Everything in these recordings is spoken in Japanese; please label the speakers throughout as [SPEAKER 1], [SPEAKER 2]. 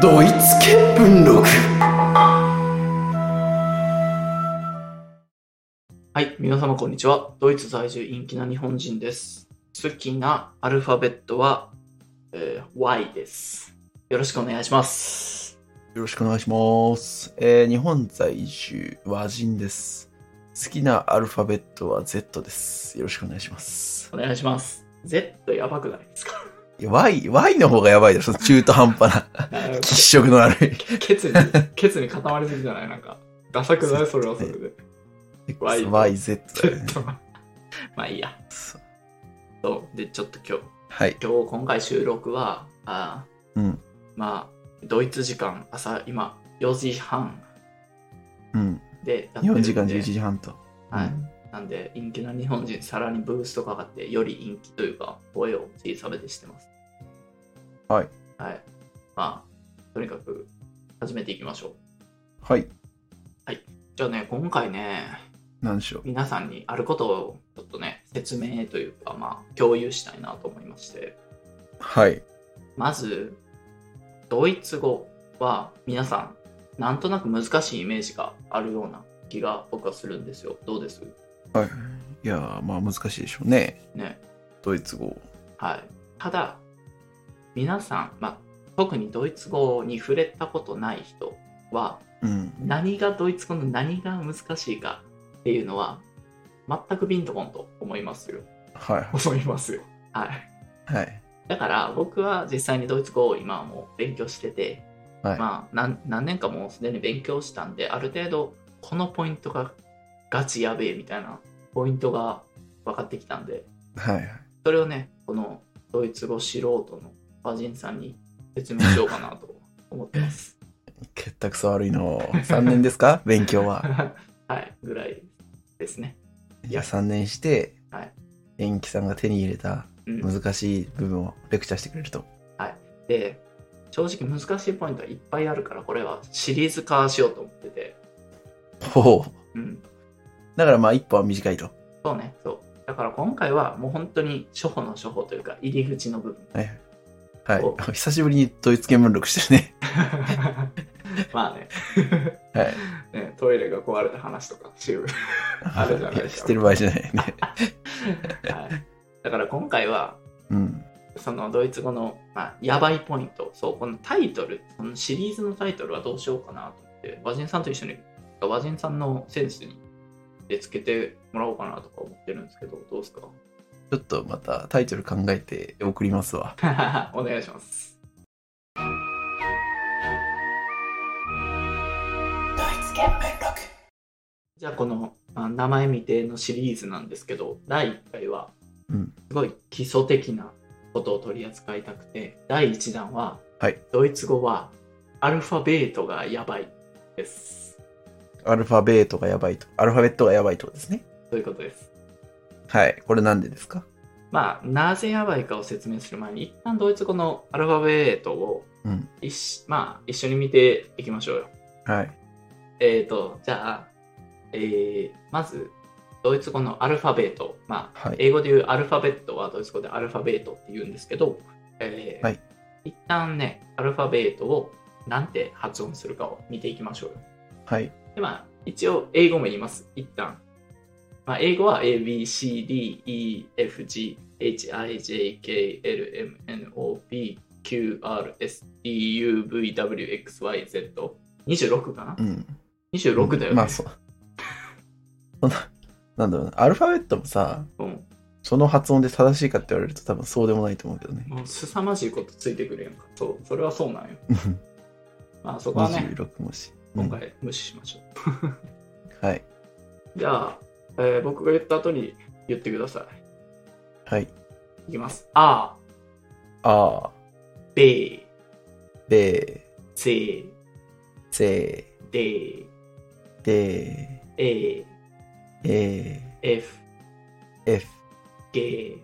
[SPEAKER 1] ドイツ憲文録
[SPEAKER 2] はい、皆様こんにちは。ドイツ在住陰気な日本人です。好きなアルファベットは、えー Y です。よろしくお願いします。
[SPEAKER 1] よろしくお願いします。えー、日本在住、和人です。好きなアルファベットは Z です。よろしくお願いします。
[SPEAKER 2] お願いします。Z やばくないで すか
[SPEAKER 1] いや Y、Y の方がやばいです。中途半 端な喫色の悪い。
[SPEAKER 2] ケツに、ケツに固まりすぎじゃないなんか、ダサくないそれはそれで。Y
[SPEAKER 1] X、Y、Z だよね。
[SPEAKER 2] Z まあいいや。そう。で、ちょっと今日、
[SPEAKER 1] はい。
[SPEAKER 2] 今日今回収録は、あー
[SPEAKER 1] うん。
[SPEAKER 2] まあ、ドイツ時間朝、今、4時半
[SPEAKER 1] うん。
[SPEAKER 2] でやって
[SPEAKER 1] 日
[SPEAKER 2] るん
[SPEAKER 1] 本
[SPEAKER 2] で
[SPEAKER 1] 時間11時半と。
[SPEAKER 2] は
[SPEAKER 1] う
[SPEAKER 2] い
[SPEAKER 1] ん。
[SPEAKER 2] なんで、陰気な日本人、さらにブーストかかって、より陰気というか、声を小さめでしてます。
[SPEAKER 1] はい。
[SPEAKER 2] はい。まあ、とにかく、始めていきましょう。
[SPEAKER 1] はい。
[SPEAKER 2] じゃあね、今回ね、
[SPEAKER 1] 何でしょう。
[SPEAKER 2] 皆さんにあることを、ちょっとね、説明というか、まあ、共有したいなと思いまして、
[SPEAKER 1] はい。
[SPEAKER 2] まず、ドイツ語は、皆さん、なんとなく難しいイメージがあるような気が僕はするんですよ。どうです
[SPEAKER 1] はい。いやー、まあ難しいでしょうね。
[SPEAKER 2] ね。
[SPEAKER 1] ドイツ語。
[SPEAKER 2] はい、ただ皆さん、まあ、特にドイツ語に触れたことない人は
[SPEAKER 1] うん。
[SPEAKER 2] 何がドイツ語の何が難しいかっていうのは全くビンとこんと思いますよ
[SPEAKER 1] は
[SPEAKER 2] 思いますよはい
[SPEAKER 1] い。はい。
[SPEAKER 2] だから僕は実際にドイツ語を今はもう勉強してて、
[SPEAKER 1] はい
[SPEAKER 2] まあ何何年かもうすでに勉強したんである程度このポイントがガチやべえみたいなポイントが分かってきたんで
[SPEAKER 1] はい。
[SPEAKER 2] それをね、このドイツ語素人の和人さんに説明しようかなと思ってます。
[SPEAKER 1] 結託さ悪いの。3年で すか勉強 は。
[SPEAKER 2] はい、ぐらいですね。
[SPEAKER 1] いや、3年して、
[SPEAKER 2] はい
[SPEAKER 1] 延期さんが手に入れた
[SPEAKER 2] うん、
[SPEAKER 1] 難しい部分をレクチャーしてくれると。
[SPEAKER 2] で、正直難しいポイントはいっぱいあるから、これはシリーズ化しようと思ってて。
[SPEAKER 1] ほう。
[SPEAKER 2] うん、
[SPEAKER 1] だからまあ、一歩は短いと。
[SPEAKER 2] そうね、そう。だから今回はもう本当に初歩の初歩というか、入り口の部分。
[SPEAKER 1] はい。はい
[SPEAKER 2] お。
[SPEAKER 1] 久しぶりにドイツ圏文録してるね。
[SPEAKER 2] まあね
[SPEAKER 1] はい。
[SPEAKER 2] ね、トイレが壊れた話とか、シューあるじゃない
[SPEAKER 1] い
[SPEAKER 2] で
[SPEAKER 1] や
[SPEAKER 2] すか
[SPEAKER 1] してる場合じゃな いね。
[SPEAKER 2] はい、だから今回は、
[SPEAKER 1] うん。
[SPEAKER 2] そのドイツ語の、まあ、やばいポイント、そう、このタイトル、そのシリーズのタイトルはどうしようかなと思って、和人さんと一緒に、和人さんのセンスにでつけてもらおうかなとか思ってるんですけど、どうですか
[SPEAKER 1] ちょっとまたタイトル考えて送りますわ。
[SPEAKER 2] お願いします。じゃあ、この、まあ、名前未定のシリーズなんですけど、第1回は、
[SPEAKER 1] うん
[SPEAKER 2] すごい基礎的なことを取り扱いたくて、第1弾は、
[SPEAKER 1] はい
[SPEAKER 2] ドイツ語はアルファベートがやばいです。
[SPEAKER 1] アルファベートがやばいと。アルファベットがやばいとですね。
[SPEAKER 2] ということです。
[SPEAKER 1] はい。これなんでですか
[SPEAKER 2] まあ、なぜやばいかを説明する前に、一旦ドイツ語のアルファベートを
[SPEAKER 1] うん
[SPEAKER 2] 一し、まあ、一緒に見ていきましょうよ。
[SPEAKER 1] はい。
[SPEAKER 2] えーと、じゃあ、えーまず、ドイツ語のアルファベート。まあ、
[SPEAKER 1] はい。
[SPEAKER 2] 英語で言うアルファベットはドイツ語でアルファベートって言うんですけど、えー
[SPEAKER 1] はい
[SPEAKER 2] 一旦ね、アルファベートをなんて発音するかを見ていきましょうよ。
[SPEAKER 1] はい。
[SPEAKER 2] で、まあ、一応、英語も言います。一旦。まあ、英語は A, B, C, D, E, F, G, H, I, J, K, L, M, N, O, P, Q, R, S, D, U, V, W, X, Y, Z。26かな
[SPEAKER 1] うん。
[SPEAKER 2] ?26 だよね。
[SPEAKER 1] まあ、そう。 そんな、なんだろうな。アルファベットもさ、
[SPEAKER 2] うん。
[SPEAKER 1] その発音で正しいかって言われると多分そうでもないと思うけどね。
[SPEAKER 2] もう、凄まじいことついてくるやんか。そう、それはそうなんよ。まあ、そこはね、
[SPEAKER 1] 26文字。
[SPEAKER 2] 今回無視しましょう。
[SPEAKER 1] うんはい。
[SPEAKER 2] じゃあ、えー僕が言った後に言ってくださ
[SPEAKER 1] はい。
[SPEAKER 2] い。いきます。A,
[SPEAKER 1] あ、
[SPEAKER 2] B,
[SPEAKER 1] べ、
[SPEAKER 2] C,
[SPEAKER 1] せ、
[SPEAKER 2] D,
[SPEAKER 1] で、
[SPEAKER 2] A,
[SPEAKER 1] え、
[SPEAKER 2] F,
[SPEAKER 1] え、
[SPEAKER 2] G,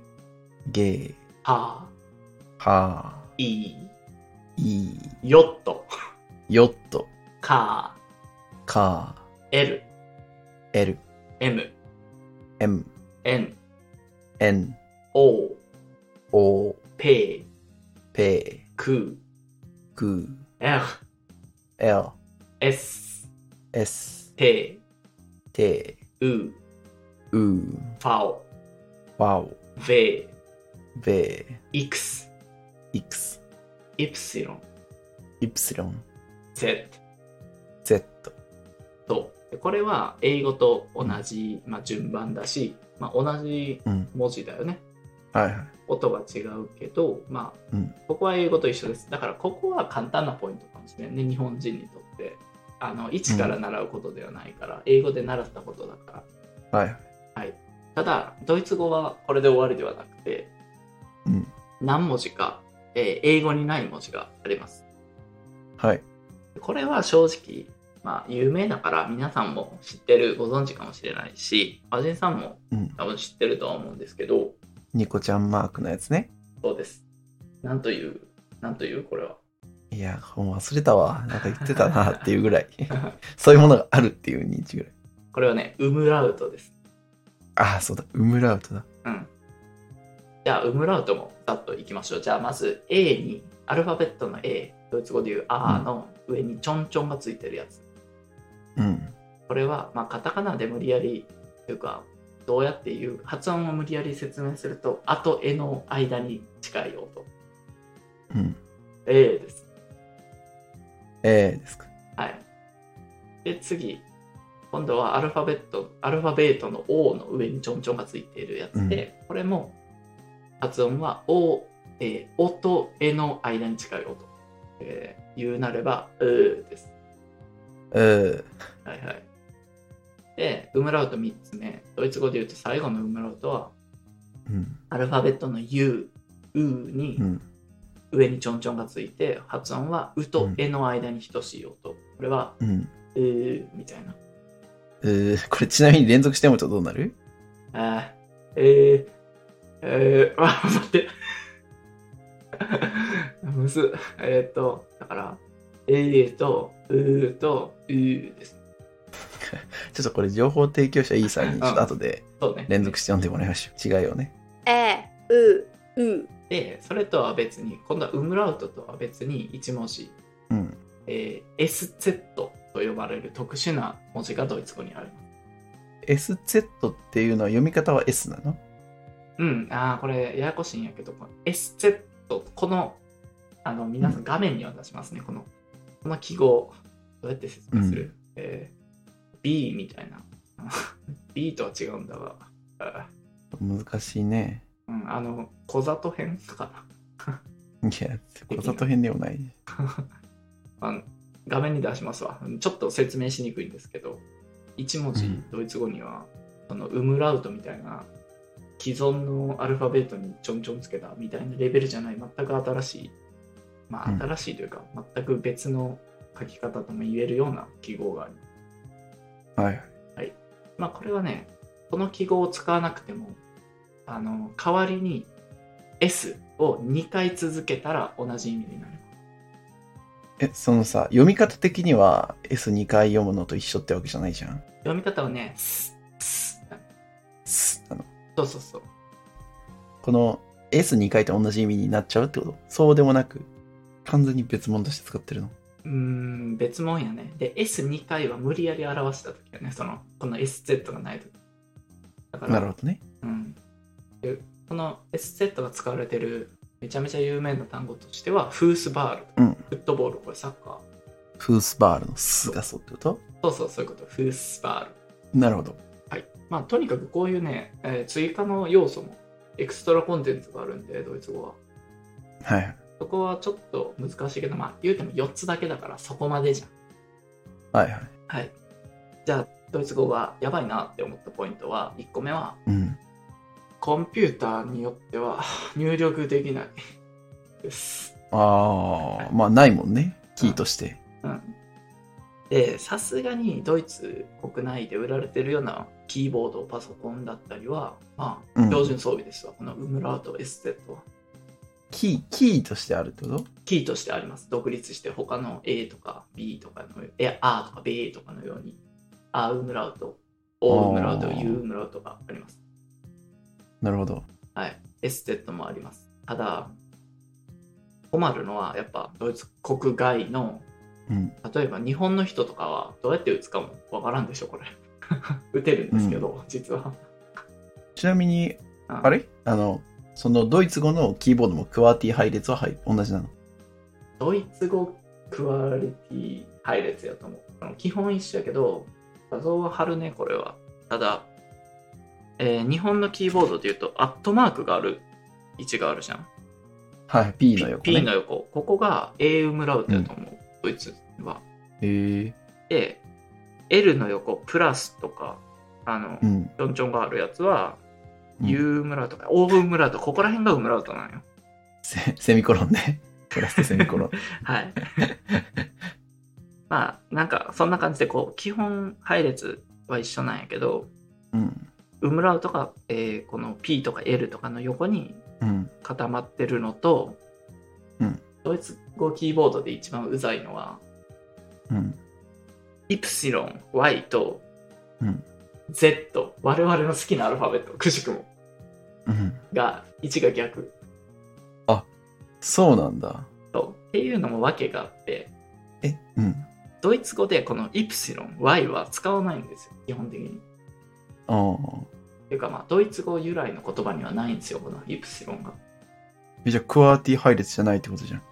[SPEAKER 1] げ、
[SPEAKER 2] H,
[SPEAKER 1] は、
[SPEAKER 2] E,
[SPEAKER 1] い、
[SPEAKER 2] ヨット、
[SPEAKER 1] よっと、
[SPEAKER 2] カ
[SPEAKER 1] か、
[SPEAKER 2] ー、L、
[SPEAKER 1] l、
[SPEAKER 2] M、
[SPEAKER 1] m、
[SPEAKER 2] N、
[SPEAKER 1] n、
[SPEAKER 2] O、
[SPEAKER 1] o、
[SPEAKER 2] P、
[SPEAKER 1] ぺ、
[SPEAKER 2] Q、
[SPEAKER 1] く、
[SPEAKER 2] L、
[SPEAKER 1] L、
[SPEAKER 2] S、
[SPEAKER 1] S、
[SPEAKER 2] T、
[SPEAKER 1] T、
[SPEAKER 2] U、
[SPEAKER 1] U、
[SPEAKER 2] FAO、
[SPEAKER 1] Wow、
[SPEAKER 2] V、
[SPEAKER 1] V、
[SPEAKER 2] X、
[SPEAKER 1] X、
[SPEAKER 2] Y、
[SPEAKER 1] Y、
[SPEAKER 2] Z
[SPEAKER 1] Z。
[SPEAKER 2] と。でこれは英語と同じ、まあ、順番だし、まあ、同じ
[SPEAKER 1] うん。
[SPEAKER 2] 文字だよね。
[SPEAKER 1] はいはい。
[SPEAKER 2] 音が違うけど、まあ、
[SPEAKER 1] うん
[SPEAKER 2] ここは英語と一緒です。だからここは簡単なポイントかもしれないね、日本人にとって。あの一から習うことではないから、英語で習ったことだから。
[SPEAKER 1] はいはい。
[SPEAKER 2] ただ、ドイツ語はこれで終わりではなくて、
[SPEAKER 1] うん
[SPEAKER 2] 何文字か、えー英語にない文字があります。
[SPEAKER 1] はい。
[SPEAKER 2] これは正直、まあ、有名だから皆さんも知ってる、ご存知かもしれないし、和人さんも
[SPEAKER 1] うん。
[SPEAKER 2] 多分知ってるとは思うんですけど、
[SPEAKER 1] ニコちゃんマークのやつね。
[SPEAKER 2] そうです。なんという、なんという、これは。
[SPEAKER 1] いや、もう忘れたわ。なんか言ってたなっていうぐらい。そういうものがあるっていう認知ぐらい。
[SPEAKER 2] これはね、ウムラウトです。
[SPEAKER 1] ああ、そうだ。ウムラウトだ。
[SPEAKER 2] うん。じゃあ、ウムラウトもざっといきましょう。じゃあ、まず A に、アルファベットの A、ドイツ語でいう R の上にちょんちょんがついてるやつ。
[SPEAKER 1] うん。
[SPEAKER 2] これは、まあ、カタカナで無理やり、というか、どうやって言う、発音を無理やり説明すると、あとえの間に近い音。
[SPEAKER 1] うん。
[SPEAKER 2] A です。
[SPEAKER 1] えー、ですか。
[SPEAKER 2] はい。で、次。今度はアルファベット、アルファベートの O の上にちょんちょんがついているやつで、これも発音は O、えー、O と E の間に近い音。えー言うなれば、うです。
[SPEAKER 1] うー。
[SPEAKER 2] はいはい。で、ウムラウト3つ目。ドイツ語で言うと最後のウムラウトは、
[SPEAKER 1] うん。
[SPEAKER 2] アルファベットの U、U に
[SPEAKER 1] うん。
[SPEAKER 2] 上にちょんちょんがついて、発音はうと E の間に等しい音。これは、
[SPEAKER 1] うん。
[SPEAKER 2] うーみたいな。
[SPEAKER 1] うー。これちなみに連続してもとどうなる
[SPEAKER 2] あーえー、えー、 あ、待って。むずっ。えー、っと、だから、えーと、うーと、うーです。
[SPEAKER 1] ちょっとこれ情報提供者イーサーにちょっと後で
[SPEAKER 2] そうね。
[SPEAKER 1] 連続して読んでもらいましょう。違いをね。
[SPEAKER 3] えうう
[SPEAKER 2] で、それとは別に、今度はウムラウトとは別に1文字、
[SPEAKER 1] うん。
[SPEAKER 2] えー、SZ と呼ばれる特殊な文字がドイツ語にあります。
[SPEAKER 1] SZ っていうのは読み方は S なの
[SPEAKER 2] うん、ああ、これややこしいんやけど、この SZ、この、あの、皆さ
[SPEAKER 1] うんん
[SPEAKER 2] 画面には出しますね、この、この記号、どうやって説明する、
[SPEAKER 1] う
[SPEAKER 2] えー ?B みたいな。B とは違うんだが、あ
[SPEAKER 1] 難しいね。
[SPEAKER 2] ーうん、あの、小里編か
[SPEAKER 1] いや、小里編でもない。
[SPEAKER 2] な、まあ。画面に出しますわ。ちょっと説明しにくいんですけど、1文字、
[SPEAKER 1] うん
[SPEAKER 2] ドイツ語には、その、ウムラウトみたいな、既存のアルファベットにちょんちょんつけたみたいなレベルじゃない、全く新しい、まあ
[SPEAKER 1] うん
[SPEAKER 2] 新しいというか、全く別の書き方とも言えるような記号があります。
[SPEAKER 1] はい。
[SPEAKER 2] まあこれはね、この記号を使わなくても、あの、代わりに S を2回続けたら同じ意味になる。
[SPEAKER 1] え、そのさ、読み方的には S2 回読むのと一緒ってわけじゃないじゃん。
[SPEAKER 2] 読み方はね、スス
[SPEAKER 1] すあの
[SPEAKER 2] そうそうそう。
[SPEAKER 1] この S2 回と同じ意味になっちゃうってことそうでもなく、完全に別物として使ってるの。
[SPEAKER 2] うーん、別もんやね。で、S2 回は無理やり表したときやね、その、この SZ がないとき。だから
[SPEAKER 1] なるほどね。
[SPEAKER 2] うん、でこの SZ が使われてるめちゃめちゃ有名な単語としてはフースバール、
[SPEAKER 1] うん
[SPEAKER 2] フットボールこれサッカー
[SPEAKER 1] フースバールのスがそうってこと
[SPEAKER 2] そうそうそういうことフースバール
[SPEAKER 1] なるほど。
[SPEAKER 2] まあとにかくこういうね、えー追加の要素もエクストラコンテンツがあるんでドイツ語は
[SPEAKER 1] はい。
[SPEAKER 2] そこはちょっと難しいけどまあ言うても4つだけだからそこまでじゃん
[SPEAKER 1] はいはい。
[SPEAKER 2] はいじゃあドイツ語がやばいなって思ったポイントは1個目は
[SPEAKER 1] うん。
[SPEAKER 2] コンピューターによっては 入力できないです
[SPEAKER 1] ああ、まあないもんね。キーとして。
[SPEAKER 2] うんでさすがにドイツ国内で売られてるようなキーボードパソコンだったりはまあ
[SPEAKER 1] うん
[SPEAKER 2] 標準装備ですわ、このウムラート SZ は
[SPEAKER 1] キー、キーとしてあるってこと
[SPEAKER 2] キーとしてあります独立して他の A とか B とかのいや R とか B とかのように R ウムラウト O ウムラウト
[SPEAKER 1] あー
[SPEAKER 2] U ウムラウトがあります
[SPEAKER 1] なるほど。
[SPEAKER 2] はい SZ もありますただ困るのはやっぱドイツ国外の
[SPEAKER 1] うん。
[SPEAKER 2] 例えば日本の人とかはどうやって打つかもわからんでしょこれ 打てるんですけど、実は
[SPEAKER 1] ちなみに、
[SPEAKER 2] あ
[SPEAKER 1] あれあの、そのドイツ語のキーボードもクワーティ配列は、はい、同じなの。
[SPEAKER 2] ドイツ語クワリティ配列やと思うあの基本一緒やけど画像は貼るねこれはただ、えー日本のキーボードでいうとアットマークがある位置があるじゃん
[SPEAKER 1] はい、P の
[SPEAKER 2] P,
[SPEAKER 1] 横ね。
[SPEAKER 2] の横ここが A ウムラウトやと思う、ドイツは
[SPEAKER 1] へえ
[SPEAKER 2] で L の横プラスとかあの、
[SPEAKER 1] うん。
[SPEAKER 2] ちょんちょんがあるやつは、
[SPEAKER 1] うん
[SPEAKER 2] U 村とか、オーブン村とか、ここら辺がウムラウトなんよ。
[SPEAKER 1] セセミコロンね。 プラスとセミコロン。
[SPEAKER 2] はい。まあ、なんか、そんな感じで、こう、基本配列は一緒なんやけど、
[SPEAKER 1] うん。
[SPEAKER 2] ウムラウトが、えーこの P とか L とかの横に
[SPEAKER 1] うん。
[SPEAKER 2] 固まってるのと、
[SPEAKER 1] うん
[SPEAKER 2] ドイツ語キーボードで一番うざいのは、
[SPEAKER 1] うん。
[SPEAKER 2] イプシロン、Y と
[SPEAKER 1] うん。
[SPEAKER 2] Z、我々の好きなアルファベット、くしくも、
[SPEAKER 1] うん。
[SPEAKER 2] が、位置が逆
[SPEAKER 1] そうなんだ。
[SPEAKER 2] と。っていうのも訳があって、
[SPEAKER 1] え、うん。
[SPEAKER 2] ドイツ語でこのイプシロン Y は使わないんですよ基本的に。っ
[SPEAKER 1] あ
[SPEAKER 2] ていうかまあドイツ語由来の言葉にはないんですよこのイプシロンが。
[SPEAKER 1] あ。えじゃあ、クワーティ配列じゃないってことじゃん。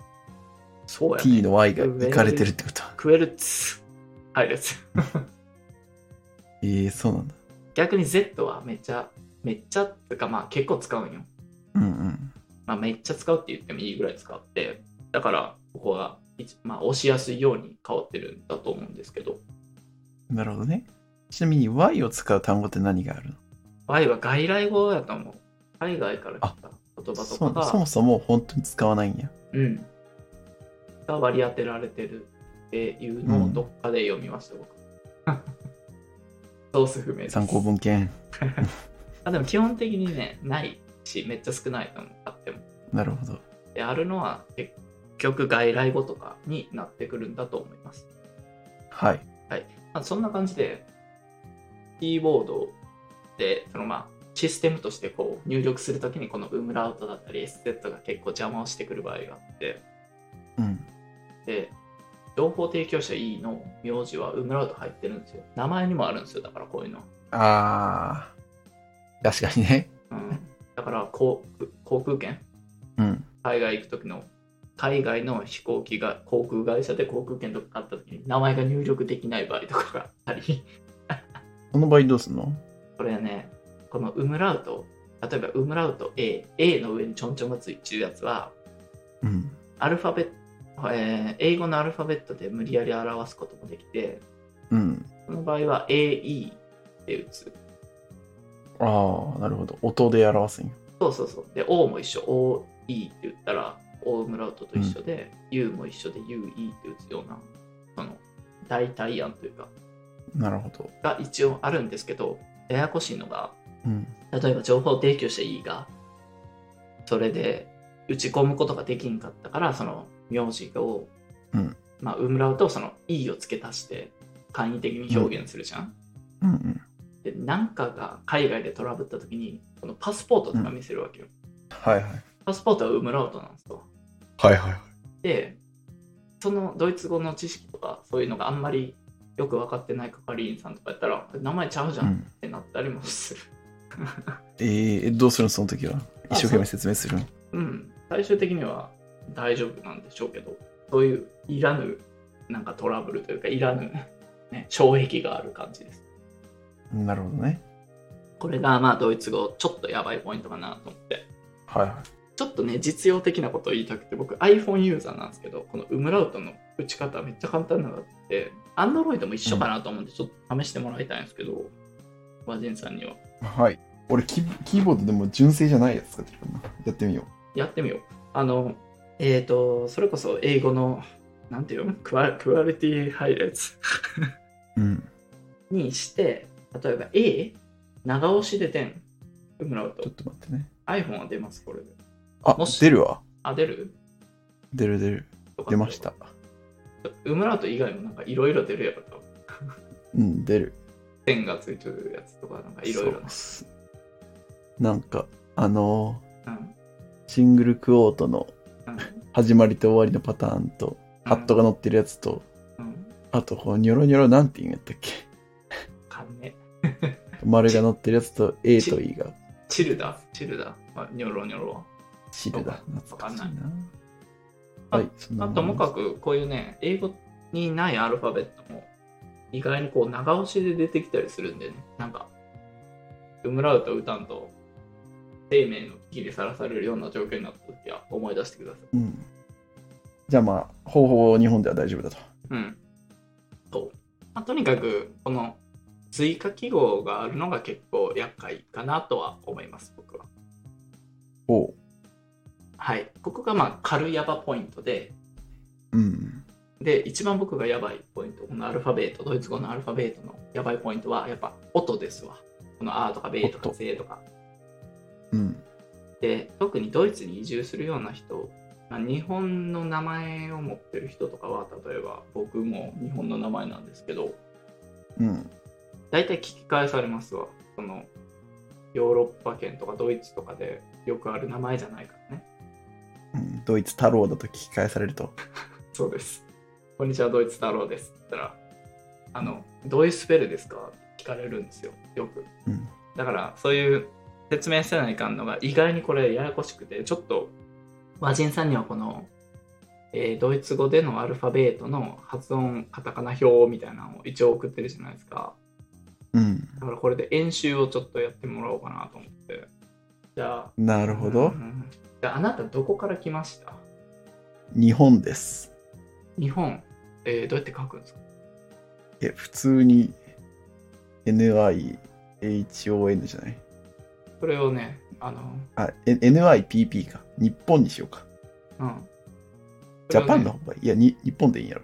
[SPEAKER 2] そうや、
[SPEAKER 1] T
[SPEAKER 2] ね。
[SPEAKER 1] の Y がいかれてるってこと。
[SPEAKER 2] クエルツ配列。
[SPEAKER 1] ええそうなんだ。
[SPEAKER 2] 逆に Z はめっちゃめっちゃっていうかまあ結構使うんよ。
[SPEAKER 1] うんうん。
[SPEAKER 2] まあめっちゃ使うって言ってもいいぐらい使ってだからここが一まあ押しやすいように変わってるんだと思うんですけど
[SPEAKER 1] なるほどね。ちなみに Y を使う単語って何があるの
[SPEAKER 2] Y は外来語やと思う。海外から来た言葉と
[SPEAKER 1] そ
[SPEAKER 2] か
[SPEAKER 1] う
[SPEAKER 2] が。
[SPEAKER 1] そもそも本当に使わないんや。
[SPEAKER 2] うん、が割り当てられてるっていうのをどっかで読みました、僕。ソース不明です。
[SPEAKER 1] 参考文献。
[SPEAKER 2] あでも基本的にね、ないし、めっちゃ少ないと思う、あっても。
[SPEAKER 1] なるほど。
[SPEAKER 2] で、あるのは結局外来語とかになってくるんだと思います。
[SPEAKER 1] はい。
[SPEAKER 2] まあ、そんな感じで、キーボードで、そのまあ、システムとしてこう入力するときにこのウムラウトだったり SZ が結構邪魔をしてくる場合があって、
[SPEAKER 1] うん。
[SPEAKER 2] で、情報提供者 E の名字はウムラウト入ってるんですよ。名前にもあるんですよ、だからこういうの。
[SPEAKER 1] ああ。確かにね。
[SPEAKER 2] うん、だから航航空券、
[SPEAKER 1] うん。
[SPEAKER 2] 海外行く時の、海外の飛行機が航空会社で航空券とか買った時に名前が入力できない場合とかがあり、
[SPEAKER 1] この場合どうすんの
[SPEAKER 2] これね、このウムラウト、例えばウムラウト A、A の上にちょんちょんがついてるやつは、
[SPEAKER 1] うん。
[SPEAKER 2] アルファベット、えー英語のアルファベットで無理やり表すこともできて、
[SPEAKER 1] うん。
[SPEAKER 2] その場合は AE で打つ。
[SPEAKER 1] ああ、なるほど。音で表すんや。
[SPEAKER 2] そうそうそう。で、O も一緒。O、E って言ったら、O ムラウトと一緒で、U も一緒で U、E って打つような、その、代替案というか、
[SPEAKER 1] なるほど。
[SPEAKER 2] が一応あるんですけど、ややこしいのが、
[SPEAKER 1] うん。
[SPEAKER 2] 例えば情報提供した E が、それで打ち込むことができんかったから、その名字を、
[SPEAKER 1] うん
[SPEAKER 2] まあ、ウムラウトをその E を付け足して、簡易的に表現するじゃん。
[SPEAKER 1] うんうん。
[SPEAKER 2] で、なんかが海外でトラブった時に、このパスポートとか見せるわけよ。
[SPEAKER 1] はいはい。
[SPEAKER 2] パスポートはウムラウトなんですよ。
[SPEAKER 1] はいはい。
[SPEAKER 2] でそのドイツ語の知識とかそういうのがあんまりよく分かってない係員さんとかやったら名前ちゃうじゃ
[SPEAKER 1] うん
[SPEAKER 2] っ
[SPEAKER 1] ん、
[SPEAKER 2] てなったりもする
[SPEAKER 1] えー、えどうするのその時は。
[SPEAKER 2] あ
[SPEAKER 1] 一生懸命説明するの。
[SPEAKER 2] うん、最終的には大丈夫なんでしょうけどそういういらぬなんかトラブルというかいらぬ、ね、障壁がある感じです
[SPEAKER 1] なるほどね。
[SPEAKER 2] これがまあドイツ語ちょっとやばいポイントかなと思って
[SPEAKER 1] はいはい。
[SPEAKER 2] ちょっとね実用的なことを言いたくて僕 iPhone ユーザーなんですけどこのウムラウトの打ち方めっちゃ簡単なのがあって Android も一緒かなと思うんでちょっと試してもらいたいんですけど、和人さんには
[SPEAKER 1] はい。俺キ、キーボードでも純正じゃないやつ使ってるからな。やってみよ
[SPEAKER 2] やってみようあのえっ、とそれこそ英語のなんていうのクワクワリティ配列
[SPEAKER 1] う。うん。
[SPEAKER 2] にして例えば A 長押しで点ウムラウ
[SPEAKER 1] ち
[SPEAKER 2] ト
[SPEAKER 1] ょっと待ってね。
[SPEAKER 2] iPhone は出ますこれで
[SPEAKER 1] あ
[SPEAKER 2] も、し
[SPEAKER 1] 出るわ。
[SPEAKER 2] あ出る
[SPEAKER 1] 出る出る。出ました。
[SPEAKER 2] ウムラウト以外もなんかいろいろ出るやろと
[SPEAKER 1] うん、出る。
[SPEAKER 2] 点がついてるやつとかなんかいろいろ
[SPEAKER 1] そうっすなんか、あの
[SPEAKER 2] うん
[SPEAKER 1] ーシングルクオートの
[SPEAKER 2] うん
[SPEAKER 1] 始まりと終わりのパターンと、ハットが乗ってるやつと、
[SPEAKER 2] うん。
[SPEAKER 1] あと、こう、ニョロニョロなんて言うんやったっけ
[SPEAKER 2] かんね。
[SPEAKER 1] 丸が乗ってるやつと A と E が
[SPEAKER 2] チルダ、チルダ、まあ、ニョロニョロ。
[SPEAKER 1] シルだ。
[SPEAKER 2] わ
[SPEAKER 1] 懐
[SPEAKER 2] か
[SPEAKER 1] か
[SPEAKER 2] ん
[SPEAKER 1] しい
[SPEAKER 2] な。
[SPEAKER 1] ない
[SPEAKER 2] あ
[SPEAKER 1] はい、そん
[SPEAKER 2] まあ、
[SPEAKER 1] なもん
[SPEAKER 2] ともかく、こういうね、英語にないアルファベットも、意外にこう、長押しで出てきたりするんでね、なんか、ウムラウトウタンと、生命の危機でさらされるような状況になった時は、思い出してください。
[SPEAKER 1] うん。じゃあまあ、方法は日本では大丈夫だと。
[SPEAKER 2] うん。そう。まあ、とにかく、この、追加記号があるのが結構厄介かなとは思います、僕は。
[SPEAKER 1] おう。
[SPEAKER 2] はい。ここが、まあ、軽やばポイントで、
[SPEAKER 1] うん。
[SPEAKER 2] で、一番僕がやばいポイント、このアルファベート、ドイツ語のアルファベートのやばいポイントは、やっぱ音ですわ。この R とかベーとか
[SPEAKER 1] 音
[SPEAKER 2] Z とか。
[SPEAKER 1] うん。
[SPEAKER 2] で、特にドイツに移住するような人、まあ、日本の名前を持ってる人とかは、例えば僕も日本の名前なんですけど、
[SPEAKER 1] うん。
[SPEAKER 2] 大体聞き返されますわ。そのヨーロッパ圏とかドイツとかでよくある名前じゃないからね。
[SPEAKER 1] うんドイツ太郎だと聞き返されると。
[SPEAKER 2] そうです。こんにちは、ドイツ太郎です。って言ったら、あの、どういうスペルですかって聞かれるんですよ、よく。
[SPEAKER 1] うん。
[SPEAKER 2] だから、そういう説明せないかんのが、意外にこれややこしくて、ちょっと、和人さんにはこの、えードイツ語でのアルファベートの発音、カタカナ表みたいなのを一応送ってるじゃないですか。
[SPEAKER 1] うん。
[SPEAKER 2] だからこれで演習をちょっとやってもらおうかなと思って。じゃあ、
[SPEAKER 1] なるほ
[SPEAKER 2] う
[SPEAKER 1] ど
[SPEAKER 2] んう。んじゃあ、あなたどこから来ました
[SPEAKER 1] 日本です。
[SPEAKER 2] 日本、えーどうやって書くんですか
[SPEAKER 1] え、普通に NIHON じゃない
[SPEAKER 2] それをね、あの、
[SPEAKER 1] あ、え NIPP か。日本にしようか。
[SPEAKER 2] うん。
[SPEAKER 1] ジャパン
[SPEAKER 2] そ
[SPEAKER 1] の方がいい。いや、に日本でいいんやろ。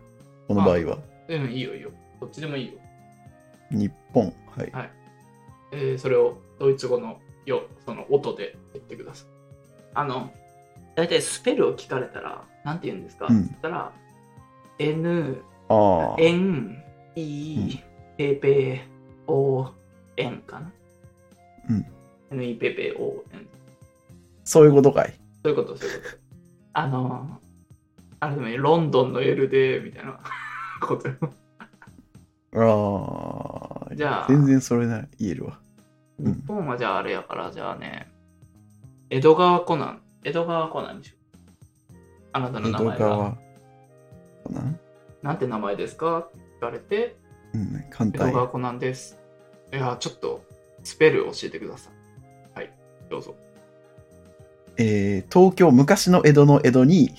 [SPEAKER 1] この場合は。
[SPEAKER 2] れをねうん、いいよいいよ。どっちでもいいよ。
[SPEAKER 1] 日本。はい
[SPEAKER 2] はい。えーそれをドイツ語のよ、その音で言ってください。あの、大体スペルを聞かれたら、なんて言うんですか、
[SPEAKER 1] うん
[SPEAKER 2] って言ったら、N、
[SPEAKER 1] ああ。
[SPEAKER 2] N、E、ペペ、O、N かな。
[SPEAKER 1] うん。
[SPEAKER 2] N、E、ペペ、O、N。
[SPEAKER 1] そういうことかい。
[SPEAKER 2] そういうこと、そういうこと。あの、あれでもいいロンドンの夜で、みたいなこと。
[SPEAKER 1] ああ。
[SPEAKER 2] じゃあ
[SPEAKER 1] 全然それなら言えるわ。うん
[SPEAKER 2] 日本はじゃああれやから、じゃあね、江戸川コナン、江戸川コナンにしよう。あなたの
[SPEAKER 1] 江
[SPEAKER 2] 名
[SPEAKER 1] 戸
[SPEAKER 2] 前は、
[SPEAKER 1] 川コナン
[SPEAKER 2] なんて名前ですかって聞かれて、
[SPEAKER 1] うん、簡
[SPEAKER 2] 江戸
[SPEAKER 1] 単
[SPEAKER 2] 川
[SPEAKER 1] や。
[SPEAKER 2] コナンです。いや、ちょっと、スペル教えてください。はい、どうぞ。
[SPEAKER 1] えー東京、昔の江戸の江 戸に、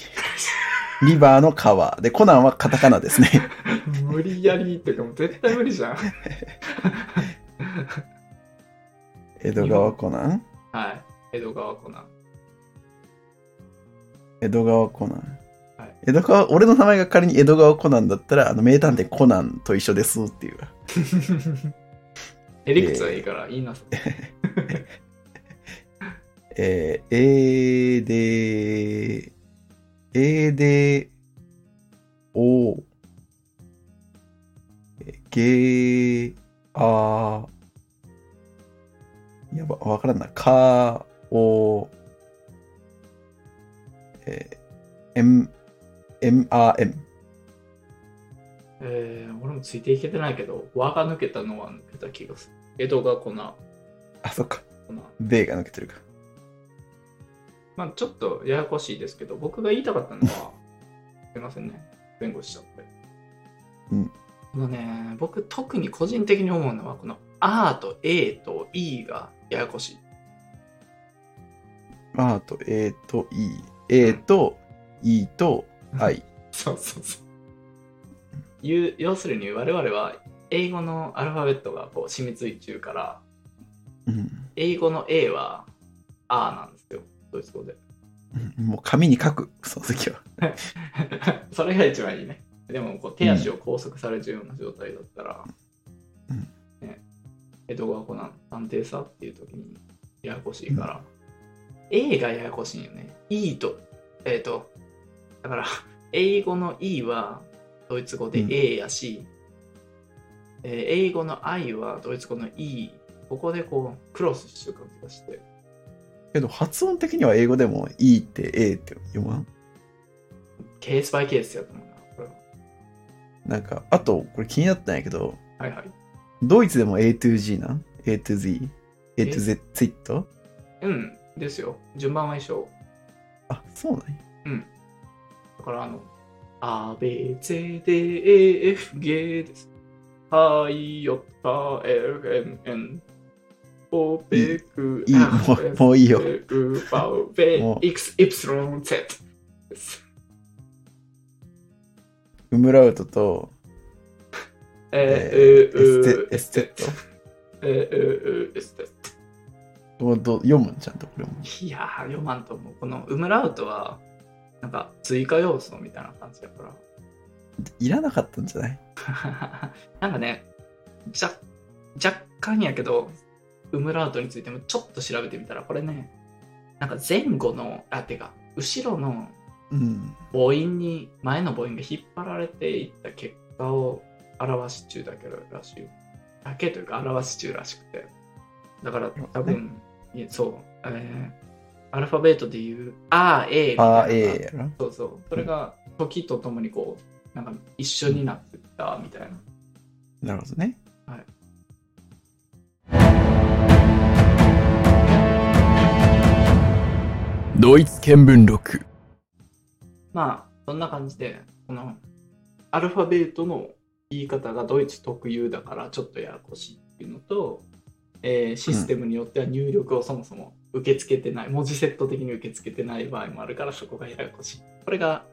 [SPEAKER 1] リバーの川。で、コナンはカタカナですね。
[SPEAKER 2] 無理やりってか、もう絶対無理じゃん。
[SPEAKER 1] 江戸川コナン
[SPEAKER 2] はい、江戸川コナ ン。
[SPEAKER 1] 江戸川コナン
[SPEAKER 2] はい。
[SPEAKER 1] 江戸川、俺の名前が仮に江戸川コナンだったら、あの、名探偵コナンと一緒ですっていう。
[SPEAKER 2] えりくつはいいから言いなさい。
[SPEAKER 1] えー、えーで、えーで、おー、えーげー、あー、やば、わからんな、かー、おー、えー、m、m, r, m。
[SPEAKER 2] えー、俺もついていけてないけど、輪が抜けたのは抜けた気がする。江戸川コナン、
[SPEAKER 1] あ、そっか、
[SPEAKER 2] コナン。
[SPEAKER 1] でが抜けてるか。
[SPEAKER 2] まあ、ちょっとややこしいですけど、僕が言いたかったのは、すいませんね、弁護士ちゃって。
[SPEAKER 1] うん
[SPEAKER 2] このね、僕、特に個人的に思うのは、この R と A と E がややこしい。
[SPEAKER 1] あーと、えーと、e、えーと、e と、i。
[SPEAKER 2] そうそうそう。ゆ要するに、我々は英語のアルファベットがこう染みついてるから、
[SPEAKER 1] うん。
[SPEAKER 2] 英語の A は R なんですよ、ドイツ語で。
[SPEAKER 1] うんもう紙に書く、その時は。
[SPEAKER 2] それが一番いいね。でもこう手足を拘束されてるような状態だったら、
[SPEAKER 1] うん
[SPEAKER 2] ね、江戸川コナン探偵さっていう時にややこしいから、A がややこしいんよね。E と、えっ、と、だから英語の E はドイツ語で
[SPEAKER 1] うん
[SPEAKER 2] A やし、えー英語の I はドイツ語の E、ここでこうクロスしてる感じがして、
[SPEAKER 1] けど発音的には英語でも E って A って読まん
[SPEAKER 2] ケースバイケースやと思うな。これは
[SPEAKER 1] なんか、あと、これ気になったんやけど、
[SPEAKER 2] はいはい。
[SPEAKER 1] ドイツでも A to G なん ?A to Z? A to Z ツイット
[SPEAKER 2] うん、ですよ。順番は一緒。
[SPEAKER 1] あ、そうなんや。
[SPEAKER 2] だからあの、A, B, C, D, E, F, G です。はい、よった、L, M, N。おべく、
[SPEAKER 1] いい、
[SPEAKER 2] あ
[SPEAKER 1] もう、もういいよ。
[SPEAKER 2] べく、ばうべ
[SPEAKER 1] も、う
[SPEAKER 2] いくつ、いくつろん、Z です。
[SPEAKER 1] ウムラウトと、
[SPEAKER 2] え
[SPEAKER 1] え
[SPEAKER 2] ー、う
[SPEAKER 1] ー
[SPEAKER 2] う、
[SPEAKER 1] エステ、エステッ
[SPEAKER 2] えー、うう、エステ
[SPEAKER 1] トもうど読むんちゃんとこれも。
[SPEAKER 2] いやー、読まんと思う。この、ウムラウトは、なんか、追加要素みたいな感じだから。
[SPEAKER 1] いらなかったんじゃない
[SPEAKER 2] なんかね、じゃ若干やけど、ウムラウトについてもちょっと調べてみたら、これね、なんか前後の、あ、てか、後ろの
[SPEAKER 1] うん。
[SPEAKER 2] 母音に、前の母音が引っ張られていった結果を表し中だけどらしい。だけというか、表し中らしくて。だから多分、いやそう、えーアルファベートで言う、あ、え、みたいな
[SPEAKER 1] あー、ええやろ。
[SPEAKER 2] そうそう。それが時とともにこう、なんか一緒になってったみたいな。
[SPEAKER 1] なるほどね。
[SPEAKER 2] はい。
[SPEAKER 1] ドイツ見聞録。
[SPEAKER 2] まあ、そんな感じで、このアルファベートの言い方がドイツ特有だからちょっとややこしいっていうのと、えーシステムによっては入力をそもそも受け付けてない、文字セット的に受け付けてない場合もあるからそこがややこしい。これが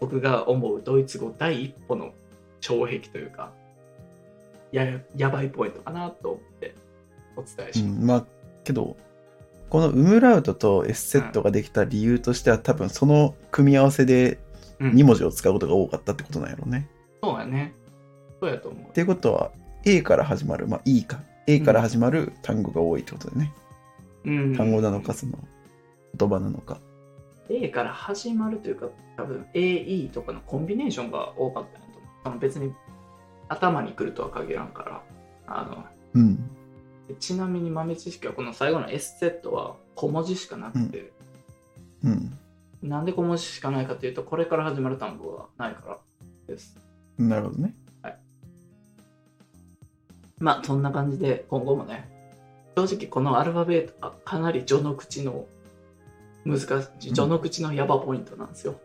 [SPEAKER 2] 僕が思うドイツ語第一歩の障壁というか、やややばいポイントかなと思ってお伝え
[SPEAKER 1] う
[SPEAKER 2] します。
[SPEAKER 1] ん、まあ、けど、このウムラウトとエスセットができた理由としては、多分その組み合わせで
[SPEAKER 2] うん
[SPEAKER 1] 2文字を使うことが多かったってことなんやろうね。
[SPEAKER 2] そうやね。そうやと思う
[SPEAKER 1] っ。ていうことは、A から始まる、まあ E か、A から始まる単語が多いってことでね。
[SPEAKER 2] うん
[SPEAKER 1] 単語なのか、その言葉なのか。
[SPEAKER 2] A から始まるというか、多分 AE とかのコンビネーションが多かったんやと思う。その別に頭に来るとは限らんから。あの
[SPEAKER 1] うん。
[SPEAKER 2] ちなみに豆知識はこの最後の S セットは小文字しかなくて、
[SPEAKER 1] うん。
[SPEAKER 2] なんで小文字しかないかというと、これから始まる単語がないからです。
[SPEAKER 1] なるほどね。
[SPEAKER 2] まあそんな感じで今後もね正直このアルファベートはかなり序の口の難しい序の口のヤバポイントなんですよ、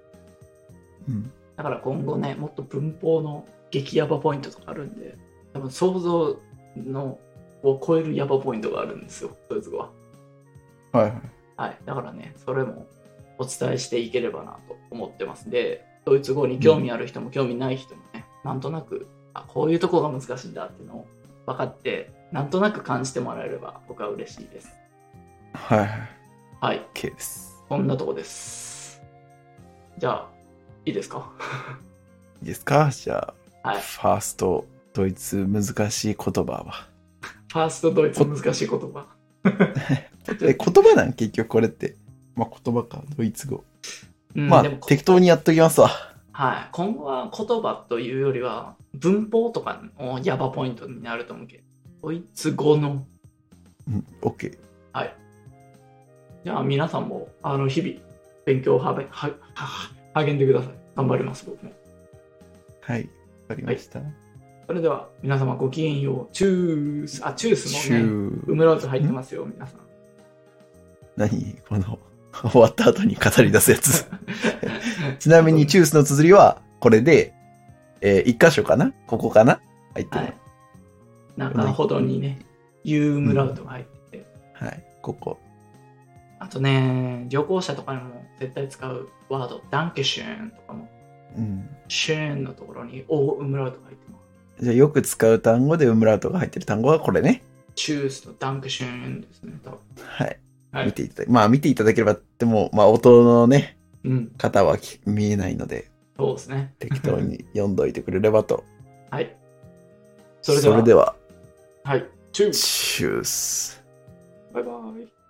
[SPEAKER 1] うん。
[SPEAKER 2] だから今後ねもっと文法の激ヤバポイントとかあるんで多分想像のを超えるヤバポイントがあるんですよドイツ語は
[SPEAKER 1] はいはい。
[SPEAKER 2] はいだからねそれもお伝えしていければなと思ってますでドイツ語に興味ある人も興味ない人もねなんとなくあこういうとこが難しいんだっていうのを分かってなんとなく感じてもらえれば僕は嬉しいです
[SPEAKER 1] はいはい。
[SPEAKER 2] はい、
[SPEAKER 1] OK です。
[SPEAKER 2] こんなとこです。じゃあ、いいですか
[SPEAKER 1] いいですかじゃあ、
[SPEAKER 2] はい。フ
[SPEAKER 1] ファースト、ドイツ難しい言葉は。
[SPEAKER 2] ァーストドイツ難しい言葉。
[SPEAKER 1] え、言葉なん結局これって。まあ言葉か、ドイツ語。
[SPEAKER 2] うん
[SPEAKER 1] まあ
[SPEAKER 2] でもこ
[SPEAKER 1] 適当にやっときますわ。
[SPEAKER 2] はい、今後は言葉というよりは、文法とかのヤバポイントになると思うけど、ドイツ語の。
[SPEAKER 1] うん、OK。
[SPEAKER 2] じゃあ、皆さんも、あの、日々、勉強をはべはは励んでください。頑張ります、僕も。
[SPEAKER 1] はい。わかりました。
[SPEAKER 2] それでは、皆様ごきげんよう。チュース。あ、チュース
[SPEAKER 1] シ
[SPEAKER 2] もね、
[SPEAKER 1] ュー
[SPEAKER 2] ウムラウト入ってますよ、皆さん。
[SPEAKER 1] 何この、終わった後に語り出すや つ。ちなみに、チュースの綴りは、これで、えー、一箇所かなここかな入って
[SPEAKER 2] は
[SPEAKER 1] る
[SPEAKER 2] い。中ほどにね、ユームラウトが入ってて、
[SPEAKER 1] はい、ここ。
[SPEAKER 2] あとね、旅行者とかにも絶対使うワード、ダンケシューンとかも、
[SPEAKER 1] うん。
[SPEAKER 2] シューンのところにオーウムラウトが入ってます。
[SPEAKER 1] じゃあ、よく使う単語でウムラウトが入ってる単語はこれね。
[SPEAKER 2] チュースとダンケシューンですね、多分。
[SPEAKER 1] はい。
[SPEAKER 2] はい
[SPEAKER 1] 見ていただまあ、見ていただければ、でも、まあ、音のね、
[SPEAKER 2] うん、
[SPEAKER 1] 方はき見えないので、
[SPEAKER 2] そうですね。
[SPEAKER 1] 適当に読んどいてくれればと。
[SPEAKER 2] はい。それでは、
[SPEAKER 1] では
[SPEAKER 2] はい、チュース
[SPEAKER 1] チュース。
[SPEAKER 2] バイバイ。